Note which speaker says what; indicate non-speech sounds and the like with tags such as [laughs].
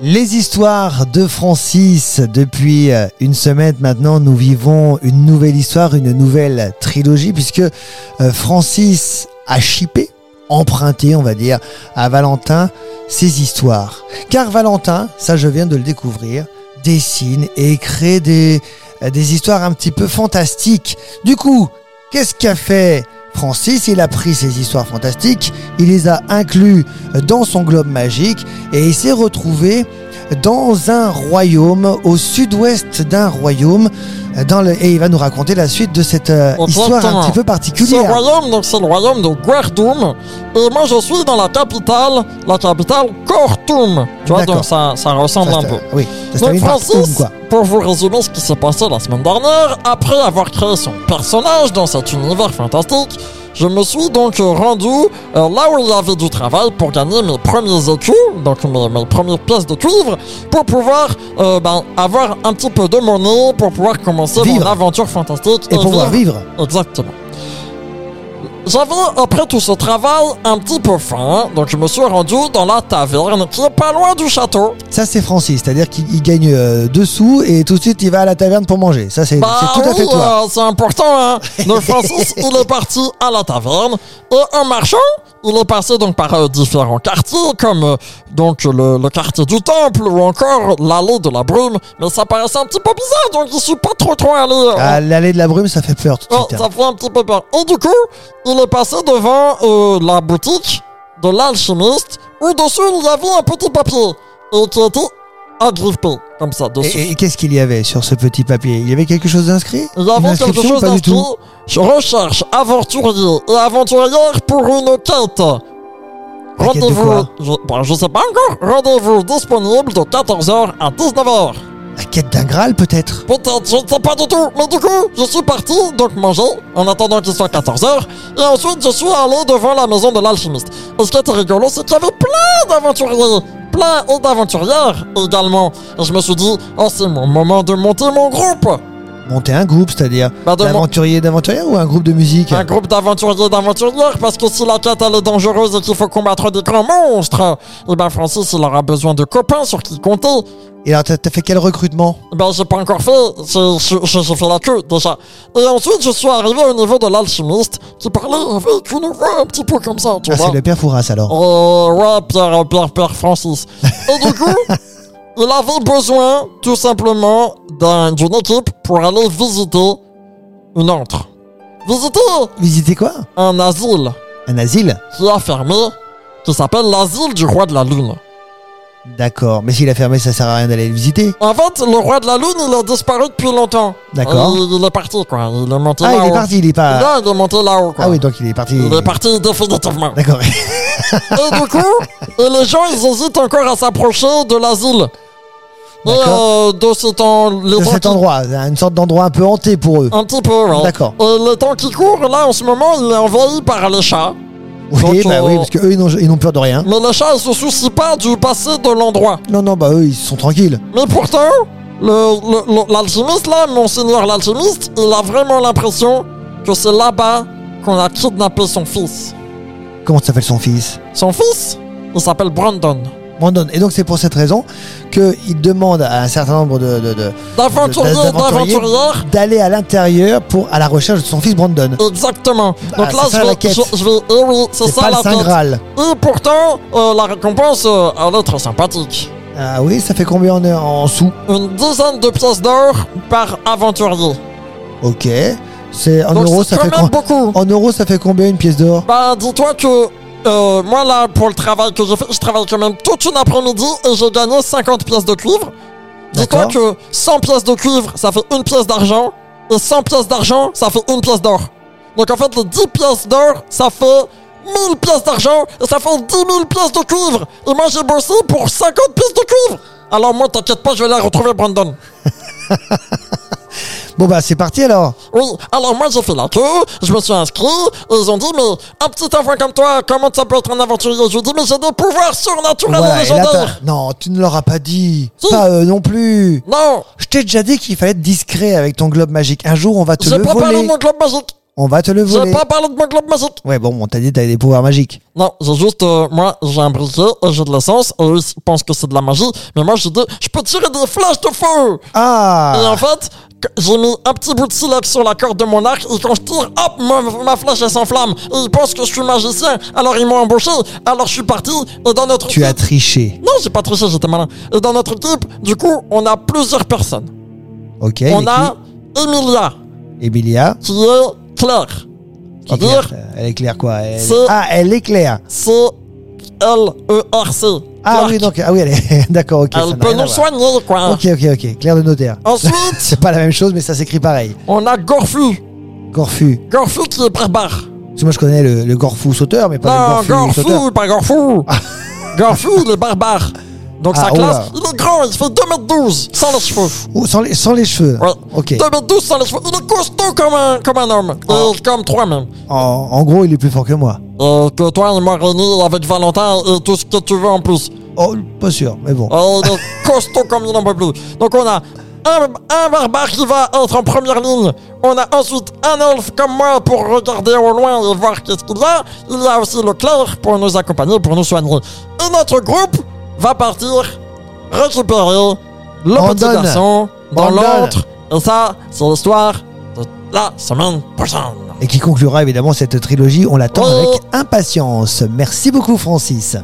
Speaker 1: Les histoires de Francis. Depuis euh, une semaine maintenant, nous vivons une nouvelle histoire, une nouvelle trilogie, puisque euh, Francis a chippé, emprunté, on va dire, à Valentin ses histoires. Car Valentin, ça je viens de le découvrir, dessine et crée des, euh, des histoires un petit peu fantastiques. Du coup, qu'est-ce qu'a fait Francis Il a pris ses histoires fantastiques, il les a inclus dans son globe magique et il s'est retrouvé dans un royaume, au sud-ouest d'un royaume, euh, dans le- et il va nous raconter la suite de cette euh,
Speaker 2: Attends,
Speaker 1: histoire un
Speaker 2: attends.
Speaker 1: petit peu
Speaker 2: Ce
Speaker 1: particulière.
Speaker 2: royaume, donc c'est le royaume de Guerdoum. Et moi, je suis dans la capitale, la capitale Kortum. Tu vois,
Speaker 1: D'accord.
Speaker 2: donc ça, ça ressemble
Speaker 1: Ça
Speaker 2: un
Speaker 1: se-
Speaker 2: peu.
Speaker 1: Oui, ça se
Speaker 2: Donc
Speaker 1: termine par Oum,
Speaker 2: Francis,
Speaker 1: quoi.
Speaker 2: pour vous résumer ce qui s'est passé la semaine dernière, après avoir créé son personnage dans cet univers fantastique, je me suis donc euh, rendu euh, là où il y avait du travail pour gagner mes premiers écus, donc mes, mes premières pièces de cuivre, pour pouvoir euh, ben, avoir un petit peu de monnaie, pour pouvoir commencer
Speaker 1: Vivre.
Speaker 2: mon aventure fantastique.
Speaker 1: Et pour pouvoir
Speaker 2: vivre.
Speaker 1: vivre.
Speaker 2: Exactement. J'avais, après tout ce travail, un petit peu faim, donc je me suis rendu dans la taverne qui est pas loin du château.
Speaker 1: Ça, c'est Francis, c'est-à-dire qu'il il gagne euh, deux sous et tout de suite il va à la taverne pour manger. Ça, c'est
Speaker 2: Bah
Speaker 1: Eh ben, c'est tout à fait
Speaker 2: oui,
Speaker 1: toi.
Speaker 2: euh, c'est important,
Speaker 1: [laughs]
Speaker 2: hein. Donc Francis, il est parti à la taverne, et en marchant, il est passé donc par euh, différents quartiers, comme euh, donc le, le quartier du temple, ou encore l'allée de la brume, mais ça paraissait un petit peu bizarre, donc je suis pas trop trop allé. euh,
Speaker 1: À l'allée Ah, de la brume, ça fait peur tout de
Speaker 2: Oh,
Speaker 1: suite. hein.
Speaker 2: ça fait un petit peu peur. Et du coup, il est passé devant euh, la boutique de l'alchimiste où dessus il y avait un petit papier et qui était agrippé comme ça dessus.
Speaker 1: Et, et qu'est-ce qu'il y avait sur ce petit papier Il y avait quelque chose d'inscrit
Speaker 2: il y
Speaker 1: Une
Speaker 2: avait quelque
Speaker 1: inscription ou
Speaker 2: chose
Speaker 1: pas du
Speaker 2: d'inscrit.
Speaker 1: tout
Speaker 2: Je recherche aventurier et aventurière pour une quête.
Speaker 1: La quête de
Speaker 2: Rendez-vous.
Speaker 1: quoi
Speaker 2: Je, bon, je sais pas encore. Rendez-vous disponible de 14h à 19h.
Speaker 1: La quête d'un Graal, peut-être
Speaker 2: Peut-être, je ne sais pas du tout. Mais du coup, je suis parti, donc manger, en attendant qu'il soit 14h. Et ensuite, je suis allé devant la maison de l'alchimiste. Et ce qui était rigolo, c'est qu'il y avait plein d'aventuriers. Plein et d'aventurières également. Et je me suis dit, oh, c'est mon moment de monter mon groupe.
Speaker 1: Monter un groupe, c'est-à-dire
Speaker 2: Bah, de mon-
Speaker 1: d'aventurier d'aventurière ou un groupe de musique
Speaker 2: Un groupe d'aventuriers et d'aventurières, parce que si la quête elle est dangereuse et qu'il faut combattre des grands monstres, eh ben Francis, il aura besoin de copains sur qui compter.
Speaker 1: Et alors, t'as t'as fait quel recrutement
Speaker 2: Ben, j'ai pas encore fait. J'ai- j'ai- J'ai j'ai fait la queue, déjà. Et ensuite, je suis arrivé au niveau de l'alchimiste qui parlait avec une voix un petit peu comme ça, tu
Speaker 1: Ah,
Speaker 2: vois.
Speaker 1: c'est le père Fouras, alors.
Speaker 2: Euh, ouais, Pierre, Pierre, Pierre Francis. Et du coup,
Speaker 1: [laughs]
Speaker 2: il avait besoin, tout simplement, d'un- d'une équipe pour aller visiter une autre. Visiter
Speaker 1: Visiter quoi
Speaker 2: un asile
Speaker 1: Un asile
Speaker 2: qui a fermé, qui s'appelle l'asile du roi de la lune.
Speaker 1: D'accord. Mais s'il a fermé, ça sert à rien d'aller le visiter.
Speaker 2: En fait, le roi de la lune, il a disparu depuis longtemps.
Speaker 1: D'accord.
Speaker 2: Il, il est parti, quoi. Il est monté
Speaker 1: Ah, il est
Speaker 2: là-haut.
Speaker 1: parti, il est pas.
Speaker 2: Là, il est monté là-haut, quoi.
Speaker 1: Ah oui, donc il est parti.
Speaker 2: Il est parti définitivement.
Speaker 1: [laughs] D'accord.
Speaker 2: Et du coup, et les gens, ils hésitent encore à s'approcher de l'asile. Et
Speaker 1: D'accord.
Speaker 2: euh, de cet, en... les
Speaker 1: De [laughs]
Speaker 2: temps
Speaker 1: cet
Speaker 2: qui-
Speaker 1: endroit, une sorte d'endroit un peu hanté pour eux.
Speaker 2: Un petit peu, ouais.
Speaker 1: D'accord.
Speaker 2: Et le temps qui court, là, en ce moment, il est envahi par les chats.
Speaker 1: Oui,
Speaker 2: quand
Speaker 1: bah
Speaker 2: on-
Speaker 1: oui, parce que eux, ils n'ont- ils n'ont peur de rien.
Speaker 2: Mais les chats, ils se soucient pas du passé de l'endroit.
Speaker 1: Non, non, bah eux, ils sont tranquilles.
Speaker 2: Mais pourtant, le- le- le- l'alchimiste, là, monseigneur l'alchimiste, il a vraiment l'impression que c'est là-bas qu'on a kidnappé son fils.
Speaker 1: Comment s'appelle son fils
Speaker 2: Son fils, il s'appelle Brandon.
Speaker 1: Brandon. Et donc, c'est pour cette raison qu'il demande à un certain nombre de, de- de-
Speaker 2: D'aventurier,
Speaker 1: D'aventurier.
Speaker 2: d'aventurière,
Speaker 1: d'aller à l'intérieur pour à la recherche de son fils Brandon.
Speaker 2: Exactement.
Speaker 1: Bah,
Speaker 2: Donc là,
Speaker 1: c'est ça,
Speaker 2: je vais,
Speaker 1: la quête.
Speaker 2: je- je vais- eh oui, c'est
Speaker 1: C'est
Speaker 2: ça
Speaker 1: pas
Speaker 2: la
Speaker 1: le Saint
Speaker 2: quête.
Speaker 1: Graal.
Speaker 2: Et pourtant, euh, la récompense, euh, elle est très sympathique.
Speaker 1: Ah oui, ça fait combien en, en sous
Speaker 2: Une dizaine de pièces d'or par aventurier.
Speaker 1: Ok. C'est en
Speaker 2: Donc
Speaker 1: euros,
Speaker 2: c'est
Speaker 1: ça
Speaker 2: quand
Speaker 1: fait
Speaker 2: même
Speaker 1: quoi
Speaker 2: beaucoup.
Speaker 1: En euros, ça fait combien une pièce d'or
Speaker 2: Bah, dis-toi que euh, moi là, pour le travail que j'ai fait, je travaille quand même toute une après-midi et j'ai gagné 50 pièces de cuivre. Dis-toi
Speaker 1: D'accord.
Speaker 2: que 100 pièces de cuivre, ça fait une pièce d'argent. Et 100 pièces d'argent, ça fait une pièce d'or. Donc en fait, les 10 pièces d'or, ça fait 1000 pièces d'argent et ça fait 10 000 pièces de cuivre. Et moi, j'ai bossé pour 50 pièces de cuivre. Alors moi, t'inquiète pas, je vais aller retrouver Brandon.
Speaker 1: Bon bah, c'est parti alors.
Speaker 2: Oui, alors moi j'ai fait la queue, je me suis inscrit, et ils ont dit, mais un petit enfant comme toi, comment ça peut être un aventurier Je lui ai dit, mais j'ai des pouvoirs surnaturels et
Speaker 1: Voilà. Et là,
Speaker 2: légendaires
Speaker 1: t'as- non, tu ne leur as pas dit.
Speaker 2: Si.
Speaker 1: Pas eux non plus.
Speaker 2: Non,
Speaker 1: Je t'ai déjà dit qu'il fallait être discret avec ton globe magique. Un jour, on va te
Speaker 2: j'ai
Speaker 1: le
Speaker 2: préparé
Speaker 1: voler.
Speaker 2: mon globe magique
Speaker 1: on va te le voler.
Speaker 2: J'ai pas parlé de mon club magique.
Speaker 1: Ouais, bon, on t'a dit que t'avais des pouvoirs magiques.
Speaker 2: Non, j'ai juste, euh, moi, j'ai un briquet, et j'ai de l'essence, et eux, ils pensent que c'est de la magie, mais moi, j'ai dit, je peux tirer des flèches de feu! Et
Speaker 1: Ah
Speaker 2: en fait, que- j'ai mis un petit bout de silex sur la corde de mon arc, et quand je tire, hop, ma, ma flèche, elle s'enflamme. Et ils pensent que je suis magicien, alors ils m'ont embauché, alors je suis parti, et dans notre
Speaker 1: Tu as
Speaker 2: équipe-
Speaker 1: triché.
Speaker 2: Non, j'ai pas triché, j'étais malin. Et dans notre équipe, du coup, on a plusieurs personnes.
Speaker 1: Ok.
Speaker 2: on
Speaker 1: mais
Speaker 2: a Emilia,
Speaker 1: qui Emilia.
Speaker 2: qui est claire.
Speaker 1: qui est claire,
Speaker 2: C'est-à-dire,
Speaker 1: euh, elle éclaire quoi elle-
Speaker 2: C'est-
Speaker 1: Ah, elle éclaire.
Speaker 2: C-L-E-R-C.
Speaker 1: Ah
Speaker 2: Claire.
Speaker 1: oui, donc, ah oui, elle est. [laughs] D'accord, ok. ça
Speaker 2: Elle
Speaker 1: n'a
Speaker 2: peut
Speaker 1: rien à
Speaker 2: nous
Speaker 1: voir.
Speaker 2: soigner, hein. quoi.
Speaker 1: Ok, ok, ok. Claire de notaire.
Speaker 2: Ensuite,
Speaker 1: [laughs] C'est pas la même chose, mais ça s'écrit pareil.
Speaker 2: on a Gorfu.
Speaker 1: Gorfu.
Speaker 2: Gorfu qui est barbare.
Speaker 1: Parce que moi, je connais le, le Gorfu sauteur, mais pas
Speaker 2: Non,
Speaker 1: le Gorfu sauteur.
Speaker 2: Gorfu,
Speaker 1: [laughs]
Speaker 2: pas Gorfu. Gorfu, il est barbare. Donc
Speaker 1: Ah,
Speaker 2: sa
Speaker 1: oh là.
Speaker 2: classe, il est grand, il fait 2m12 sans les cheveux.
Speaker 1: Oh, sans, les, sans les cheveux.
Speaker 2: Ouais.
Speaker 1: Ok.
Speaker 2: 2m12 sans les cheveux. Il est costaud comme un, comme un homme.
Speaker 1: Ah.
Speaker 2: Et comme toi même.
Speaker 1: En, en gros, il est plus fort que moi.
Speaker 2: Euh, que toi, il m'a réuni avec Valentin et tout ce que tu veux en plus.
Speaker 1: Oh, pas sûr, mais bon.
Speaker 2: Oh, il est costaud comme il n'en peut plus. Donc on a un, un barbare qui va être en première ligne. On a ensuite un elfe comme moi pour regarder au loin et voir qu'est-ce qu'il a. Il y a aussi le clerc pour nous accompagner, pour nous soigner. Et notre groupe va partir récupérer le petit
Speaker 1: Bandone.
Speaker 2: garçon dans
Speaker 1: Bandone.
Speaker 2: l'antre. Et ça, c'est l'histoire de la semaine prochaine.
Speaker 1: Et qui conclura évidemment cette trilogie, on l'attend
Speaker 2: Oh.
Speaker 1: avec impatience. Merci beaucoup, Francis.